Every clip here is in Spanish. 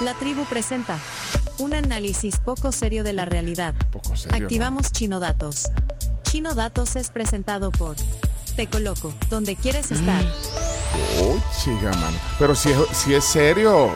La tribu presenta un análisis poco serio de la realidad. Poco serio, Activamos Chino Datos. Chino Datos es presentado por Te Coloco, donde quieres estar. Oh, chica, mano. Pero si es, si es serio.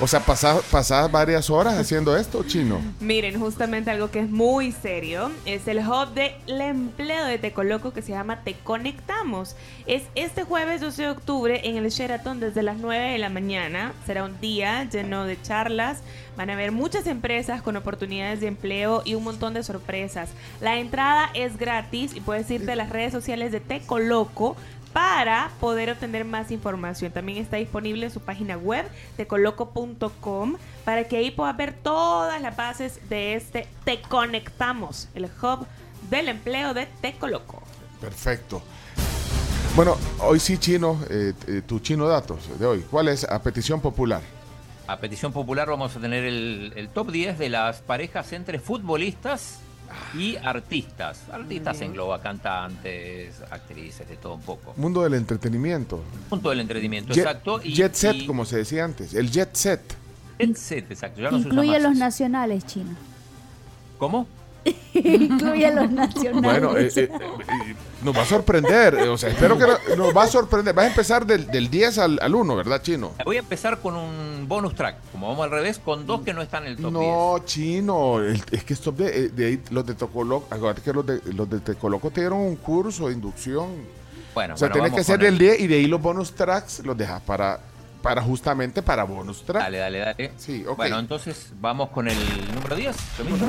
O sea, pasás pasás varias horas haciendo esto, chino. Miren, justamente algo que es muy serio es el hub del empleo de Tecoloco que se llama Te Conectamos. Es este jueves 12 de octubre en el Sheraton desde las 9 de la mañana. Será un día lleno de charlas. Van a haber muchas empresas con oportunidades de empleo y un montón de sorpresas. La entrada es gratis y puedes irte a las redes sociales de Tecoloco para poder obtener más información. También está disponible en su página web tecoloco.com para que ahí puedas ver todas las bases de este Te Conectamos, el hub del empleo de Tecoloco. Perfecto. Bueno, hoy sí, chino, eh, eh, tu chino datos de hoy. ¿Cuál es a petición popular? A petición popular vamos a tener el, el top 10 de las parejas entre futbolistas y artistas. Ah, Artistas engloba cantantes, actrices, de todo un poco. Mundo del entretenimiento. Punto del entretenimiento, Jet- exacto. y- jet set, y- como se decía antes. El jet set. Jet set, exacto. Ya no se usa Incluye más los eso. nacionales, China. ¿Cómo? Incluye a los nacionales. Bueno, eh, eh, eh, nos va a sorprender. eh, O sea, espero que no- nos va a sorprender. Vas a empezar del, del 10 al, al 1, ¿verdad, chino? Voy a empezar con un bonus track, como vamos al revés, con dos que no están en el top Mm. No, chino, el- es que estos de, eh, de ahí, los de Tocoloco, acuérdate que los de, los de Tecoloco te dieron un curso de inducción. 10. Bueno, O sea, bueno, tienes vamos que hacer con el el- 10 y de ahí los bonus tracks los dejas para, para justamente para bonus tracks. Dale, dale, dale. Sí, ok. Bueno, entonces vamos con el número 10. ¿lo mismo?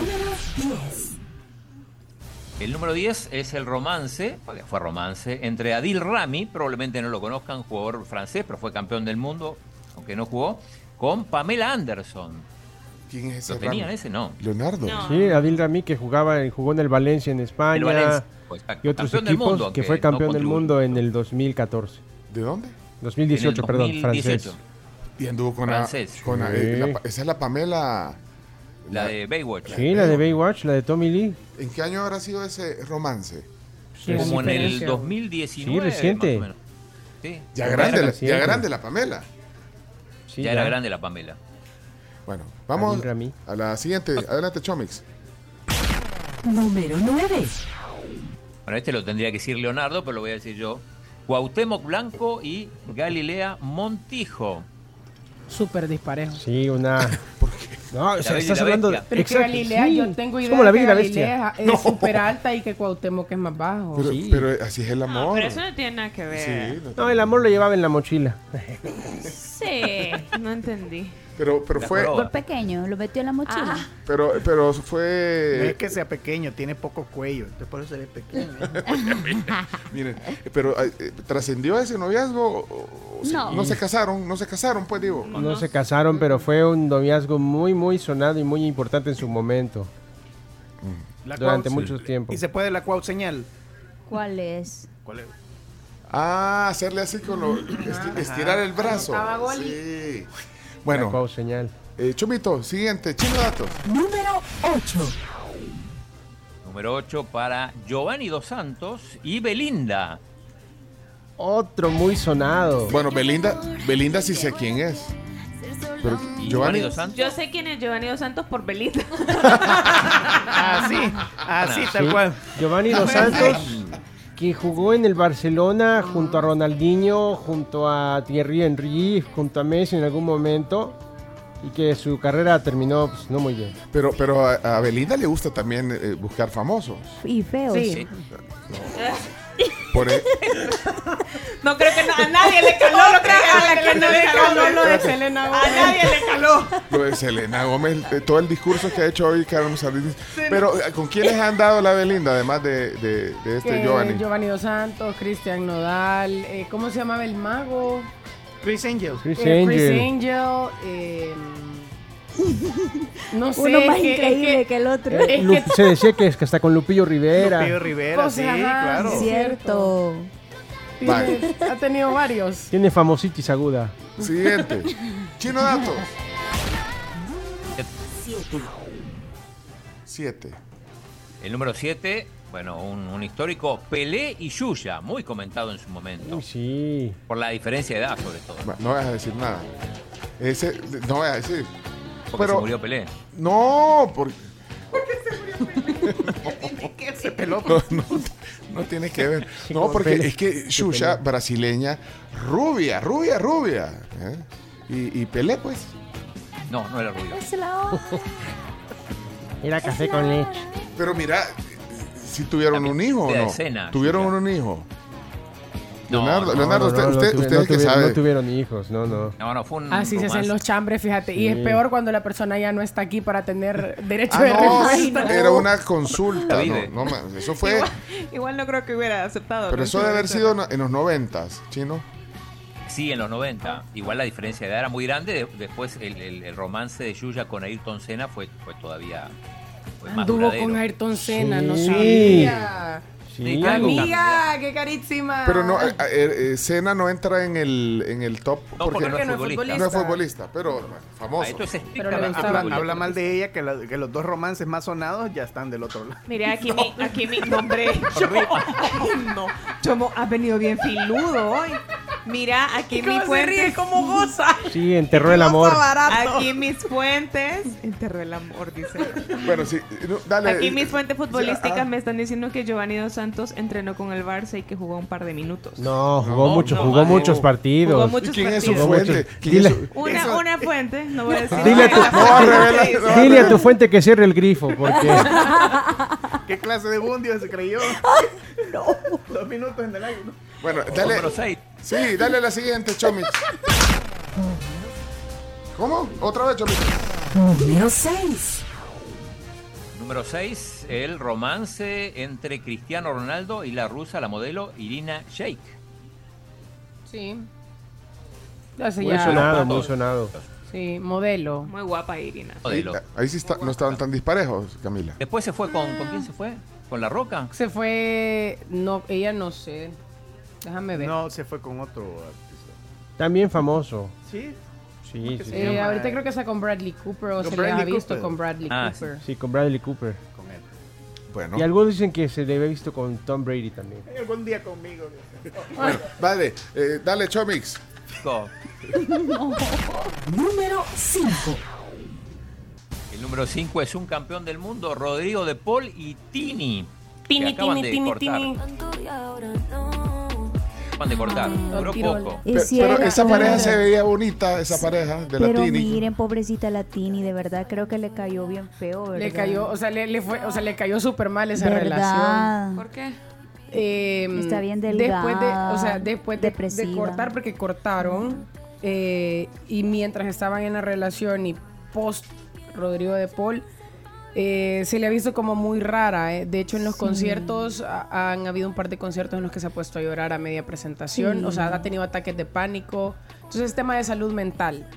El número 10 es el romance, porque fue romance, entre Adil Rami, probablemente no lo conozcan, jugador francés, pero fue campeón del mundo, aunque no jugó, con Pamela Anderson. ¿Quién es ese? ¿Lo tenían Rami? ese? No. Leonardo. No. Sí, Adil Rami que jugaba, en- jugó en el Valencia en España El Valencia, pues, exacto, y otros campeón del equipos mundo, aunque que fue no campeón del contribuyó. mundo en el 2014, ¿De dónde? En el 2018, perdón, 2018, francés. Y anduvo con, la, Francés. con la- Sí. eh, la- Esa es la Pamela. La de Baywatch. Sí, la de Baywatch, la de Tommy Lee, ¿En qué año habrá sido ese romance? Como en el 2019. Sí, reciente. más o menos. Sí. Ya Era grande, la, ya reciente. grande la Pamela. Sí, Ya, era grande la Pamela. Bueno, vamos Adil Rami. Ah. a la siguiente. Adelante, Chomix. Número 9. Bueno, este lo tendría que decir Leonardo, pero lo voy a decir yo. Cuauhtémoc Blanco y Galilea Montijo. Súper disparejo. Sí, una... No, o sea, Bella y estás la hablando... Bestia. Pero es que Exacto, Galilea, sí. yo tengo Es idea como la que Bella y la Bestia. Galilea es súper alta y que Cuauhtémoc es más bajo. Pero, Oh, Sí. pero así es el No, amor. Ah, pero eso no tiene nada que ver. Sí, no- No, el amor lo llevaba en la mochila. Sí, no entendí. pero, pero La fue. joroba. Fue pequeño, lo metió en la mochila. Pero, pero No fue. es que sea pequeño, tiene poco cuello, entonces por eso se ve pequeño. ¿eh? Miren, eh, pero eh, eh, trascendió ese noviazgo. O- o- No. no se casaron, no se casaron, pues digo. No, se casaron, pero fue un noviazgo muy, muy sonado y muy importante en su momento. La Durante cuau- mucho tiempo. Y se puede la cuau señal. ¿Cuál es? ¿Cuál es? Ah, hacerle así con lo. esti- Estirar el brazo. Estaba gol y- Sí. La Cuau Bueno, señal. eh, Chumito, siguiente, chino datos. Número 8. Número 8 para Giovanni Dos Santos y Belinda. Otro muy sonado. Bueno, Belinda, Belinda sí sé quién es. Pero Y Giovanni Giovanni, Dos Santos. Yo sé quién es Giovanni Dos Santos por Belinda. Así, así Sí. tal cual. Giovanni Dos Santos, que jugó en el Barcelona junto a Ronaldinho, junto a Thierry Henry, junto a Messi en algún momento, y que su carrera terminó pues, no muy bien. pero, pero a, a Belinda le gusta también eh, buscar famosos. Y feos. Sí. Por, e- No creo que no- a nadie le caló lo que a la que no le caló lo de Selena A nadie le caló. Lo de Selena Gómez, de todo el discurso que ha hecho hoy Carmen Salinas. Pero, eh, ¿con quiénes han dado la Belinda, además de, de- de este Que Giovanni? Eh, Giovanni Dos Santos, Cristian Nodal, eh, ¿cómo se llamaba el mago? Chris Angel. Chris Eh, Chris Angel. Angel. eh, no sé. Uno más es que- es increíble que, que- el otro. es que Lu- se decía que, es que hasta con Lupillo Rivera. Pío Rivera, Pues, sí, ajá, claro. sí. Cierto. tiene- ha tenido varios. Tiene famositis aguda. Siguiente. Chino Datos. Siete. El número 7, bueno, un, un histórico, Pelé y Yuya, muy comentado en su momento. Uy, sí. Por la diferencia de edad, sobre todo. Bueno, No vas a decir nada. Ese, no vas a decir. Porque Pero- se murió Pelé. No, porque Se peló. no, no, no tiene que ver. No, porque es que Xuxa, brasileña, rubia, rubia, rubia. ¿eh? Y, y Pelé, pues. No, no era rubio. Es la hora. Era café con leche. Pero mira, si tuvieron La un hijo o de no. escena, ¿Tuvieron Xuxa. un hijo? No, Leonardo, no, Leonardo, No, usted, no, no usted, tuvi- usted es no el que tuvi- sabe. No tuvieron hijos, no, no. No, no, fue un Así Ah, se hacen los romance. chambres, fíjate. Y es Sí. peor cuando la persona ya no está aquí para tener derecho Ah, de no, respuesta. era una consulta. Vive. No, no, ma- eso fue. Igual, igual no creo que hubiera aceptado. Pero ¿no? eso debe haber sido en- en los noventas, chino. Sí, en los 90. Igual la diferencia de edad era muy grande. De- después el, el- el romance de Yuya con Ayrton Senna fue, fue todavía fue más Anduvo duradero. con Ayrton Senna, no Sí. sabía. Sí, claro. Amiga, qué carísima. Pero no, eh, eh, eh, Senna no entra en el, en el top No, porque, no es no es futbolista. no es futbolista, pero famoso. Ah, esto es Pero le estrictamente gustaba. futbolista. Habla, habla mal de ella que, la- que los dos romances más sonados ya están del otro lado. Mira, aquí, mi, aquí mi nombre. Chomo, Ay, no. Chomo, has venido bien filudo hoy. Mira, aquí mi fuente. como goza. Sí, enterró el amor. Aquí mis fuentes. Enterró el amor, dice. Bueno, sí, no, dale. Aquí mis fuentes futbolísticas Ah, me están diciendo que Giovanni Dos Santos entrenó con el Barça y que jugó un par de minutos. No, jugó No, mucho, no, jugó no. muchos Jugó partidos. ¿y muchos ¿Quién es su partidos. fuente? Muchos. ¿Quién es su- Una, Eso- una fuente, no voy a decir. Dile a tu- No va a revelar. no va a Dile a revelar. tu fuente que cierre el grifo, porque ¿Qué clase de bundio se creyó? no. Dos minutos en el aire. ¿no? Bueno, Número dale. seis. Sí, dale a la siguiente, Chomich. ¿Cómo? Otra vez, Chomich. Número 6. Número 6, el romance entre Cristiano Ronaldo y la rusa, la modelo Irina Shayk. Sí. Ya sé, muy ya. sonado, muy sonado. Sí, modelo. Muy guapa Irina. Modelo. Ahí sí está- no estaban tan disparejos, Camila. Después se fue con. ¿Con Ah. quién se fue? ¿Con La Roca? Se fue. No, ella no sé. Déjame ver. No, se fue con otro artista. También famoso. Sí. Sí, sí, Eh, sí. llama? ahorita creo que está con Bradley Cooper o Con se le ha Bradley visto Cooper. con Bradley Ah, Cooper. Sí, con Bradley Cooper. Con él. Bueno, Y algunos dicen que se le había visto con Tom Brady también. Algún día conmigo. bueno, dale, eh, dale, Chomix. Con- Número 5. El número 5 es un campeón del mundo, Rodrigo de Paul y Tini. Tini, que acaban Tini, de Tini, cortar. Tini. Acaban de cortar. Ah, Duró Tirol. poco. Y Pe- si pero era- esa pareja era- se veía bonita, esa pareja de la Pero Tini. miren, pobrecita la Tini, de verdad creo que le cayó bien feo, ¿verdad? Le cayó, o sea, le, le fue, o sea, le cayó súper mal esa relación. ¿Verdad? ¿Por qué? Eh, Está bien Después de, o delgada, sea, después de, de depresiva. cortar, porque cortaron, eh, y mientras estaban en la relación y post Rodrigo de Paul, eh, se le ha visto como muy rara. eh. De hecho, en los conciertos ha- han habido un par de conciertos en los que se ha puesto a llorar a media presentación. Sí. O sea, ha tenido ataques de pánico. Entonces, es tema de salud mental.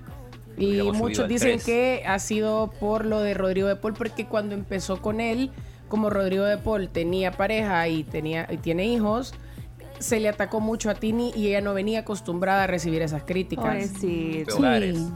Y Habíamos subido muchos al dicen tres. que ha sido por lo de Rodrigo de Paul, porque cuando empezó con él, como Rodrigo de Paul tenía pareja y, tenía, y tiene hijos, se le atacó mucho a Tini y ella no venía acostumbrada a recibir esas críticas. Pobrecito. Hogares. Sí.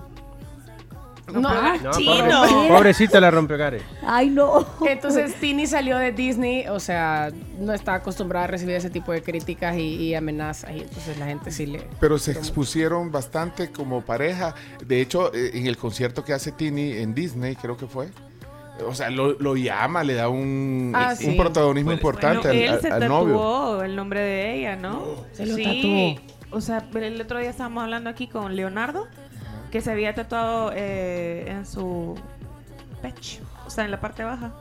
No, ah, No, Chino. pobre- pobrecita la rompeogares. Ay, no. Entonces Tini salió de Disney, o sea, no estaba acostumbrada a recibir ese tipo de críticas y, y amenazas. Y entonces la gente sí le... Pero se expusieron bastante como pareja. De hecho, eh, en el concierto que hace Tini en Disney, creo que fue. eh, O sea, lo, lo llama, le da un, Ah, un sí. protagonismo Bueno, importante Bueno, al- él al, se al novio. tatuó el nombre de ella, ¿no? Se lo sí. O sea, pero el otro día estábamos hablando aquí con Leonardo, que se había tatuado eh, en su pecho, o sea, en la parte baja,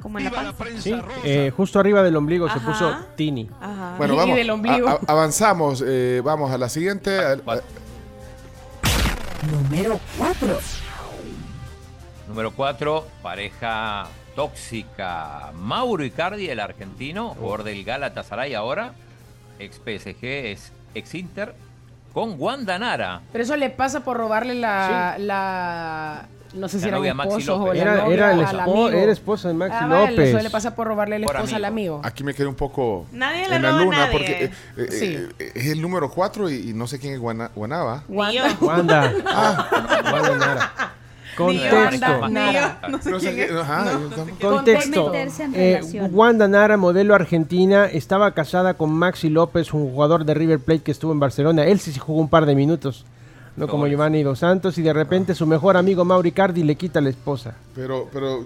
como en la panza. Sí, eh, justo arriba del ombligo se Ajá. puso Tini. Ajá. Bueno, Y vamos. del ombligo. a- a- avanzamos, eh, vamos a la siguiente. al- Cuatro. Número 4. Número 4, pareja tóxica. Mauro Icardi, el argentino, jugador del Galatasaray ahora, ex PSG, es ex Inter, con Wanda Nara. Pero eso le pasa por robarle la... la- no sé La si era novia un Maxi esposo o López. la Era, novia era, el al espo- amigo. era esposa de Maxi Ah, vaya, López. Eso le pasa por robarle la Por esposa al amigo. Aquí me quedé un poco Nadie le en la roba a luna nadie. porque eh, eh, Sí. eh, es el número 4 y, y no sé quién es Guana- Guanaba. Ah, Ni yo. Wanda. Wanda Nara. Wanda Contexto. Nara. No sé quién- ajá, yo tampoco- Contexto. Meterse en Eh, relación. Wanda Nara, modelo argentina, estaba casada con Maxi López, un jugador de River Plate que estuvo en Barcelona. Él sí se jugó un par de minutos. no Todo como eso. Giovanni Dos Santos, y de repente su mejor amigo Mauri Cardi le quita a la esposa. Pero, pero.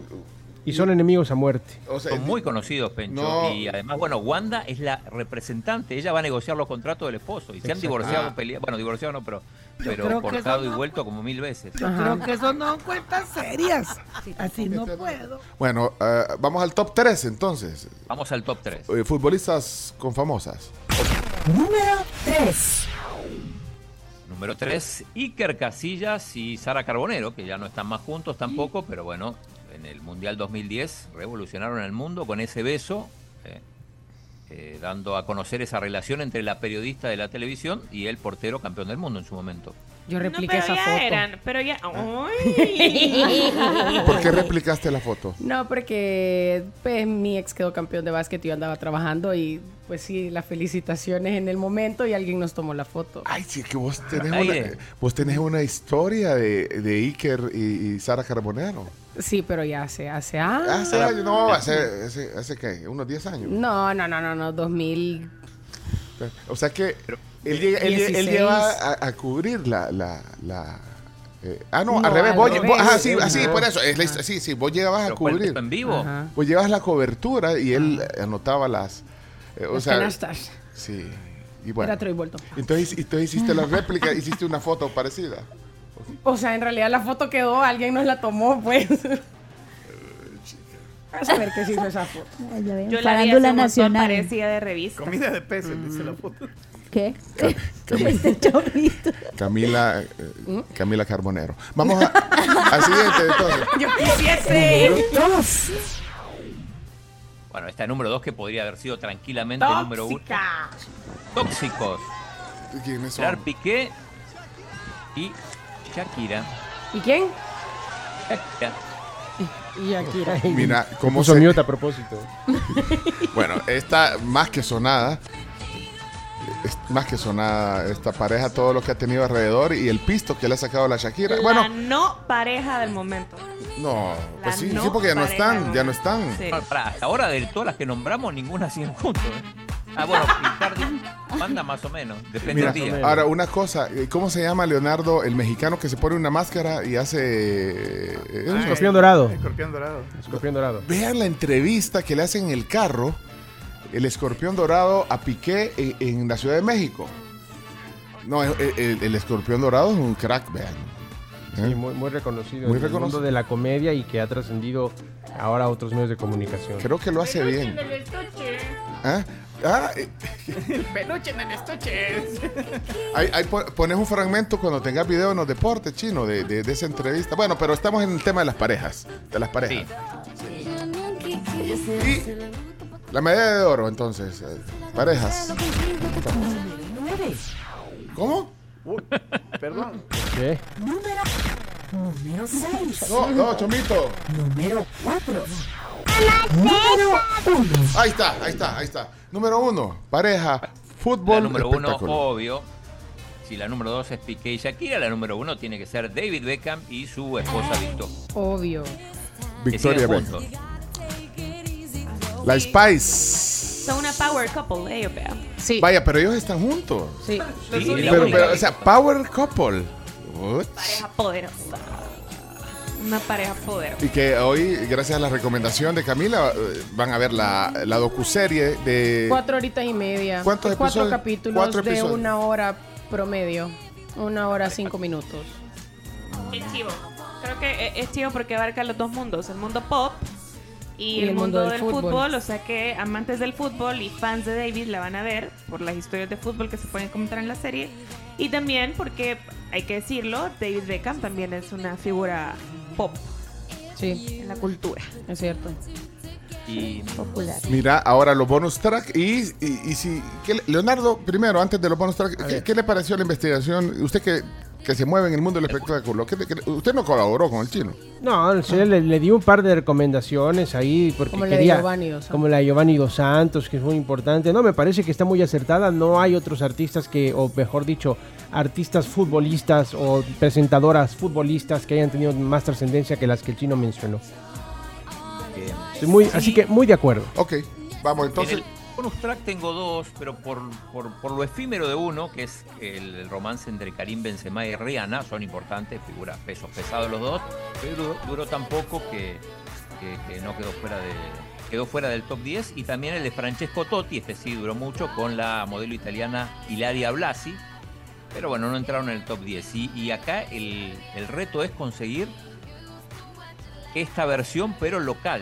Y son enemigos a muerte. O sea, Son muy conocidos, Pencho. No. Y además, bueno, Wanda es la representante. Ella va a negociar los contratos del esposo. Y se han Exacto. divorciado, Ah. pelea- bueno, divorciado no, pero, creo pero que cortado y son- vuelto como mil veces. Yo creo que eso no son cuentas serias. Así no puedo. Bueno, ah, vamos al top 3 entonces. Vamos al top 3. Eh, futbolistas con famosas. Número 3. Número 3, Iker Casillas y Sara Carbonero, que ya no están más juntos tampoco, pero bueno, en el Mundial 2010 revolucionaron el mundo con ese beso, eh, eh, dando a conocer esa relación entre la periodista de la televisión y el portero campeón del mundo en su momento. Ah, Yo No, repliqué pero esa ya foto. eran, pero ya. ¡Ay! ¿Por qué replicaste la foto? No, porque pues, mi ex quedó campeón de básquet y yo andaba trabajando y pues sí, las felicitaciones en el momento y alguien nos tomó la foto. Ay, sí, que vos tenés, Aire. una, vos tenés una historia de, de Iker y, y Sara Carbonero. Sí, pero ya hace, hace años. Ah, Hace años, no, hace, hace, hace ¿qué? unos 10 años. No, no, no, no, no, 2000. O sea que él, llega- él, él 16. lleva a, a cubrir la... la, la eh, ah, no, No, al revés. al Vos, revés. Ah. vos- ajá, sí, Ajá. así, por eso. es la hist- sí, sí, vos llegabas a Pero fue el cubrir. beso en vivo. Ajá. Vos llevas la cobertura y él eh, anotaba las... eh, o Ah. Las sea, canastas. sí. Y bueno. Era Troy Bolton. Entonces, entonces hiciste la réplica, hiciste una foto parecida. O sea, en realidad la foto quedó, alguien nos la tomó, pues. A saber qué se hizo esa foto. Ay, ya ven, Yo la vi hace un Farándula montón, nacional. parecía de revista. Comida de peces, dice la foto. ¿Qué? Este chorrito. Camila, eh, Camila Carbonero. Vamos a- al siguiente entonces. Yo quisiese. Bueno, está número 2 que podría haber sido tranquilamente número 1. Tóxica. Tóxicos. ¿Quiénes son? Gerard Piqué y Shakira. ¿Y quién? Shakira. Y Akira. Mira, cómo Puso se- mute a propósito. Bueno, esta más que sonada. es más que sonada esta pareja, todo lo que ha tenido alrededor y el pisto que le ha sacado la Shakira. La bueno, no pareja del momento. no, La pues sí, no sí, porque ya no pareja del están, momento. ya no están. Sí. Bueno, pará, hasta ahora de todas las que nombramos, ninguna ha sido juntos. ¿eh? Ah, bueno, Picardi manda más o menos, depende Mira, del día. ahora una cosa, eh, ¿cómo se llama Leonardo, el mexicano que se pone una máscara y hace... eh, Ah, escorpión dorado. Escorpión dorado. Escorpión dorado. Vean la entrevista que le hacen en el carro, el escorpión dorado a Piqué en, en la Ciudad de México. No, el, el- el escorpión dorado es un crack, vean. Sí, ¿Eh? muy, muy reconocido Muy en el mundo reconocido. de la comedia y que ha trascendido ahora a otros medios de comunicación. Creo que lo hace bien. ¿Ah? Ah, eh, Peluche en el estuche. ahí- ahí po- pones un fragmento cuando tengas video en los deportes chino de, de- de esa entrevista. Bueno, pero estamos en el tema de las parejas. De las parejas. Y la medalla de oro, entonces. eh, Parejas. ¿Cómo? Uh, perdón. ¿Qué? Número 6. No, no, Chomito. Número 4. Ahí está, ahí está, ahí está. Número uno, pareja, La fútbol, número uno, oh, espectáculo. obvio. Si la número dos es Piqué y Shakira, la número uno tiene que ser David Beckham y su esposa Victoria. Obvio. que siguen Victoria juntos. Beckham. La Spice. Son una power couple, ellos, vea. Sí. Vaya, pero ellos están juntos. Sí. Sí, Pero- y la Pero, única pero, que- o sea, power couple. Uy. Pareja poderosa. Una pareja poderosa. Y que hoy, gracias a la recomendación de Camila, eh, van a ver la, la docuserie de... Cuatro horitas y Eh, media. Pues ¿Cuántos Cuatro episodios? capítulos Cuatro de episodios. una hora promedio. Una hora cinco minutos. Qué chivo. Creo que e- es chivo porque abarca los dos mundos, el mundo pop y, el, mundo, del fútbol. O sea que amantes del fútbol y fans de David la van a ver por las historias de fútbol que se pueden comentar en la serie. Y también porque, hay que decirlo, David Beckham también es una figura pop Sí, en la cultura. es cierto. Y Popular. Mira, ahora los bonus track. Y, y, y si... ¿qué le- Leonardo, primero, antes de los bonus track, ¿qué, qué le pareció la investigación? Usted que, que se mueve en el mundo del espectáculo. ¿qué le- qué le- usted no colaboró con el chino. No, en serio, le, le di un par de recomendaciones ahí porque Como la de quería, Giovanni Dos Santos. como la de Giovanni Dos Santos, que es muy importante. No, me parece que está muy acertada. No hay otros artistas que, o mejor dicho, artistas futbolistas o presentadoras futbolistas que hayan tenido más trascendencia que las que el chino mencionó. Estoy muy, Así que muy de acuerdo. Ok, vamos entonces. en el- bonus track tengo dos, pero por, por, por lo efímero de uno, que es el romance entre Karim Benzema y Rihanna, son importantes, figuras, pesos pesados los dos, pero duró, duró tan poco que, que- que no quedó fuera de quedó fuera del top 10 y también el de Francesco Totti, este sí duró mucho, con la modelo italiana Ilaria Blasi, pero bueno, no entraron en el top 10. Y, y acá el, el reto es conseguir esta versión, pero local.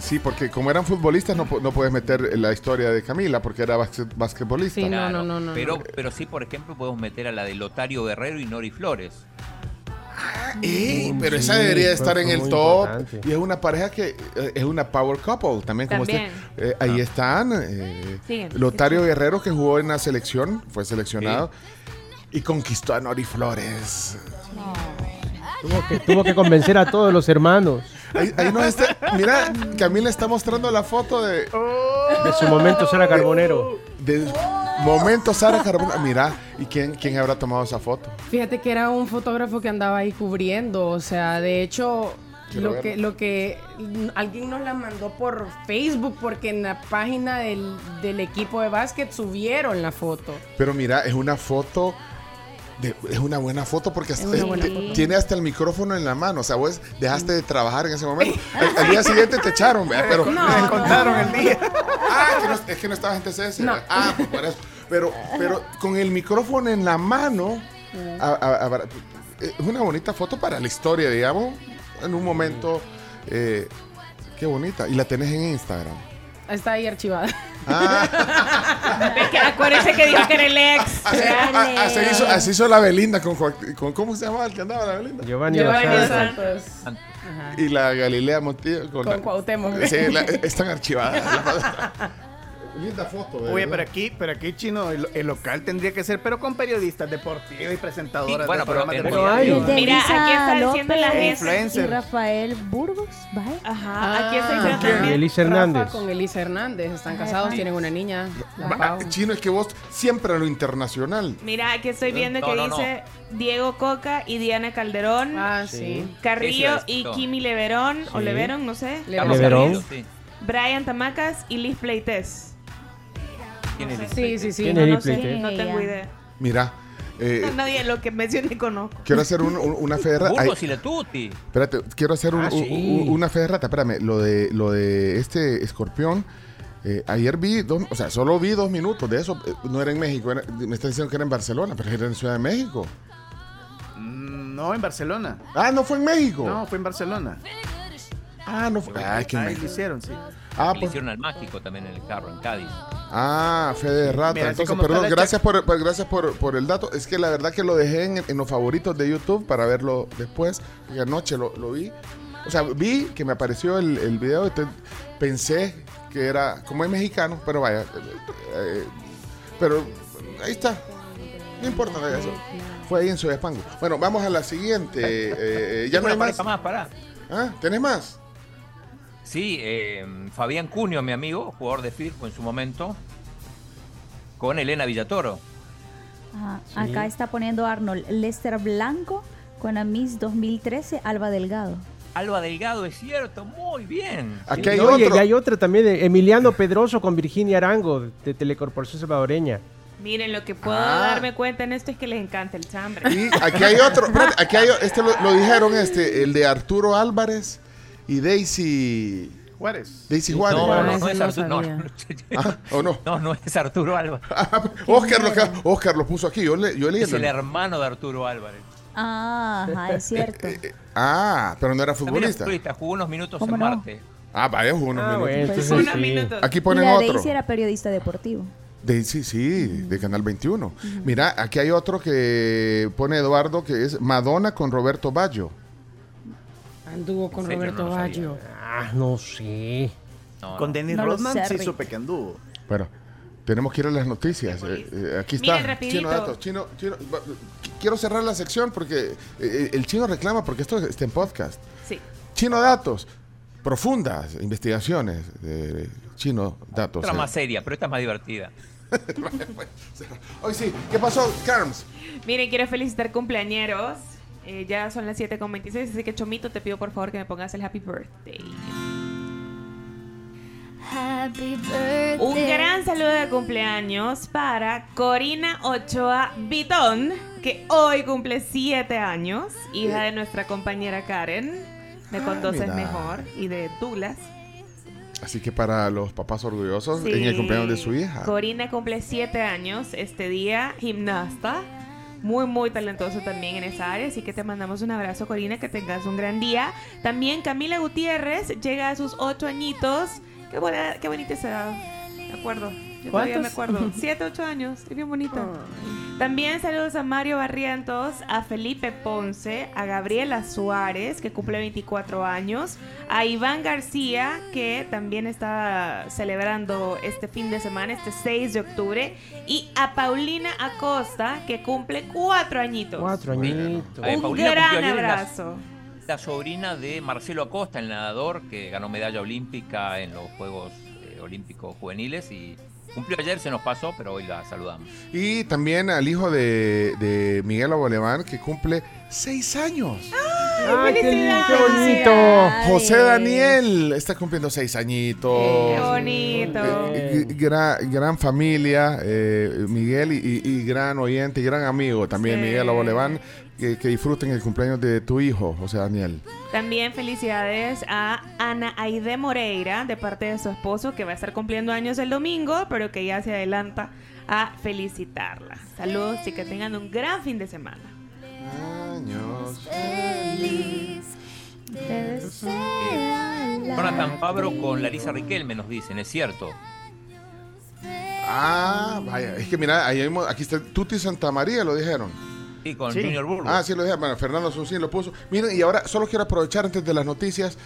Sí, porque como eran futbolistas no, po- no puedes meter la historia de Camila porque era basque- basquetbolista. Sí, no, no, no, no. Pero, pero sí, por ejemplo, podemos meter a la de Lotario Guerrero y Nori Flores. Ey, pero esa Mm, Sí, debería fue- estar en fue el muy top. importante. Y es una pareja que eh, es una power couple también. Como También. usted- eh, Ah. ahí están. eh, Siguen. Lotario Guerrero que jugó en la selección, fue seleccionado. Y conquistó a Nori Flores. Tuvo que, tuvo que convencer a todos los hermanos Ahí, ahí nos está- mira, Camila está mostrando la foto de, de su momento Sara Carbonero. de momento Sara Carbona. Mira, ¿y quién, quién habrá tomado esa foto? Fíjate que era un fotógrafo que andaba ahí cubriendo, o sea, de hecho, Quiero lo que, verlo. lo que mm, alguien nos la mandó por Facebook porque en la página del, del equipo de básquet subieron la foto. Pero mira, es una foto. de- es una buena foto porque hasta- una buena te- foto. tiene hasta el micrófono en la mano. O sea, vos dejaste de trabajar en ese momento. Al, al día siguiente te echaron, ¿verdad? pero. Me contaron el día. Ah, que no- es que no estabas en TCS. ¿verdad? Ah, pues por eso. Pero, pero con el micrófono en la mano. Mm. a- a- a- es una bonita foto para la historia, digamos. En un momento. eh, qué bonita. Y la tenés en Instagram. Está ahí archivada. Ve que acuérdense que dijo que era el ex. Así, a- así Ah, hizo, así hizo la Belinda con, Joaqu- con. ¿Cómo se llamaba el que andaba la Belinda? Giovanni Giovanni Dos Santos. Santos. Y la Galilea Montillo con, Con la- Cuauhtémoc. Sí, la- están archivadas. Linda foto, ¿eh? ¿verdad? Oye, pero aquí, pero aquí chino, el, el local tendría que ser, pero con periodistas deportivos y presentadoras. Sí, bueno, pero de programas en de realidad- radio. El de Mira, Elisa aquí está diciendo la López gente. y Rafael Burgos, ¿vale? Ajá, aquí está Ah, diciendo Y también. Elisa Hernández. Rafa con Elisa Hernández, están Ajá. casados, tienen una niña. la Va- ah, Pau. Chino, es que vos siempre a lo internacional. Mira, aquí estoy viendo No, que no, no. dice Diego Coca y Diana Calderón, Ah, sí. Eso Carrillo es y todo. Kimi Leverón, o Sí. Leverón, no sé. Le- Carlos Leverón. Carrillo, sí. Brian Tamacas y Liz Pleites. ¿Quién es ese? Sí, sí, sí. Tiene No, Liz sé, Pleites. no tengo idea. Mira, eh, Nadie lo que mencioné conozco. quiero hacer un- un- una fe de ra- ay, Burgos y la Tuti. Espérate, quiero hacer un- Ah, un- sí. un- una fe de rata. Espérame, lo de, lo de este escorpión. eh, ayer vi, dos- o sea, solo vi dos minutos de eso. Eh, No era en México, era- me están diciendo que era en Barcelona, pero era en Ciudad de México. Mm, No, en Barcelona. Ah, no fue en México. No, fue en Barcelona. Ah, no fue. Ay, qué Ahí lo México. hicieron, sí. Ah, Le pues- hicieron al mágico también en el carro, en Cádiz. Ah, fe de rata. Mira, así Entonces, como está perdón, la gracias, por, por- gracias por, por el dato. Es que la verdad que lo dejé en, en los favoritos de YouTube para verlo después. Porque anoche lo, lo vi. O sea, vi que me apareció el, el video. entonces pensé que era como es mexicano, pero vaya. eh, eh, pero ahí está. No importa vaya, eso. Fue ahí en Ciudad Pango. Bueno, vamos a la siguiente. eh, eh, ya Tengo no una hay más. pareja más, pará. ¿Ah? ¿Tenés más? Sí, eh, Fabián Cunio, mi amigo, jugador de Firpo en su momento, con Elena Villatoro. Ajá. Acá está poniendo Arnold Lester Blanco con Amis 2013, Alba Delgado. Alba Delgado, es cierto, muy bien. Aquí hay No, y- otro. y hay otra también, de Emiliano Pedroso con Virginia Arango, de Telecorporación Salvadoreña. Miren, lo que puedo Ah. darme cuenta en esto es que les encanta el chambre. Y aquí hay otro, espérate, aquí hay, este lo, lo dijeron este, el de Arturo Álvarez y Daisy, Juárez. Daisy No, Juárez. no, Ah, no, ese es no Arturo. No, sabía. no, Ah, ¿O no? pues, no, no es Arturo Ah, Álvarez. Oscar lo, ca- Oscar lo puso aquí, yo, le, yo leí. Es el el- hermano de Arturo Álvarez. Ah, ajá, es cierto. Ah, pero no era También es futbolista. futbolista, jugó unos minutos ¿Cómo en no? Marte. Ah, vaya, jugó unos Ah, minutos. bueno, entonces Unos sí. minutos. Aquí Y ponen la otro. Daisy era Mm. periodista deportivo. Daisy, sí, de Canal 21. Mm. Mira, aquí hay otro que pone Eduardo que es Madonna con Roberto Baggio. Anduvo con Sí, yo no Roberto lo sabía. Baggio. Ah, no sé. No, no. Con Dennis No lo Rodman sé, sí Rick. supe que anduvo. Bueno, tenemos que ir a las noticias. Eh, eh, aquí está. Miren, rapidito. chino datos. Chino, chino, va- qu- quiero cerrar la sección porque eh, el chino reclama porque esto está en podcast. Sí. Chino datos. Profundas investigaciones. de chino datos. Otra eh. más seria, pero esta es más divertida. Hoy sí. ¿Qué pasó, Carms? Miren, quiero felicitar cumpleañeros. Eh, ya son las 7.26, así que Chomito, te pido por favor que me pongas el happy birthday. Un Este. gran saludo de cumpleaños para Corina Ochoa Vitón, que hoy cumple 7 años, hija de nuestra compañera Karen, de Con Ah, Dos es mira. Mejor, y de Douglas. Así que para los papás orgullosos, Sí. en el cumpleaños de su hija. Corina cumple 7 años este día, gimnasta. Muy, muy talentoso también en esa área. Así que te mandamos un abrazo, Corina, que tengas un gran día. También Camila Gutiérrez llega a sus 8 años. Qué, buena, qué bonita esa edad. Me acuerdo. Yo todavía me ¿Cuántos? acuerdo. 7, 8 años. Es bien bonita. También saludos a Mario Barrientos, a Felipe Ponce, a Gabriela Suárez, que cumple 24 años, a Iván García, que también está celebrando este fin de semana, este 6 de octubre, y a Paulina Acosta, que cumple 4 añitos. Cuatro añitos. Ahí, Un Paulina gran cumplió ayer en la- abrazo. La sobrina de Marcelo Acosta, el nadador, que ganó medalla olímpica en los Juegos eh, Olímpicos Juveniles y cumplió ayer, se nos pasó, pero hoy la saludamos. Y también al hijo de, de Miguel Abolemán, que cumple seis años. ¡Ah, qué, lindo, qué felicidades. bonito! José Daniel está cumpliendo seis añitos. Qué bonito. Eh, eh, gran, gran familia, eh, Miguel, y, y- y gran oyente, y gran amigo también, Sí. Miguel Abolemán, que, que disfruten el cumpleaños de tu hijo, José Daniel. También felicidades a Ana Aide Moreira de parte de su esposo que va a estar cumpliendo años el domingo, pero que ya se adelanta a felicitarla. Saludos y que tengan un gran fin de semana. Años. Eh, Jonathan Pabro con Larisa Riquelme nos dicen, es cierto. Ah, vaya, es que mira, ahí mismo- aquí está Tuti Santa María, lo dijeron. Y con Sí. Junior Burgos. Ah, sí, lo dije. Bueno, Fernando Sunsin lo puso. Miren, y ahora solo quiero aprovechar antes de las noticias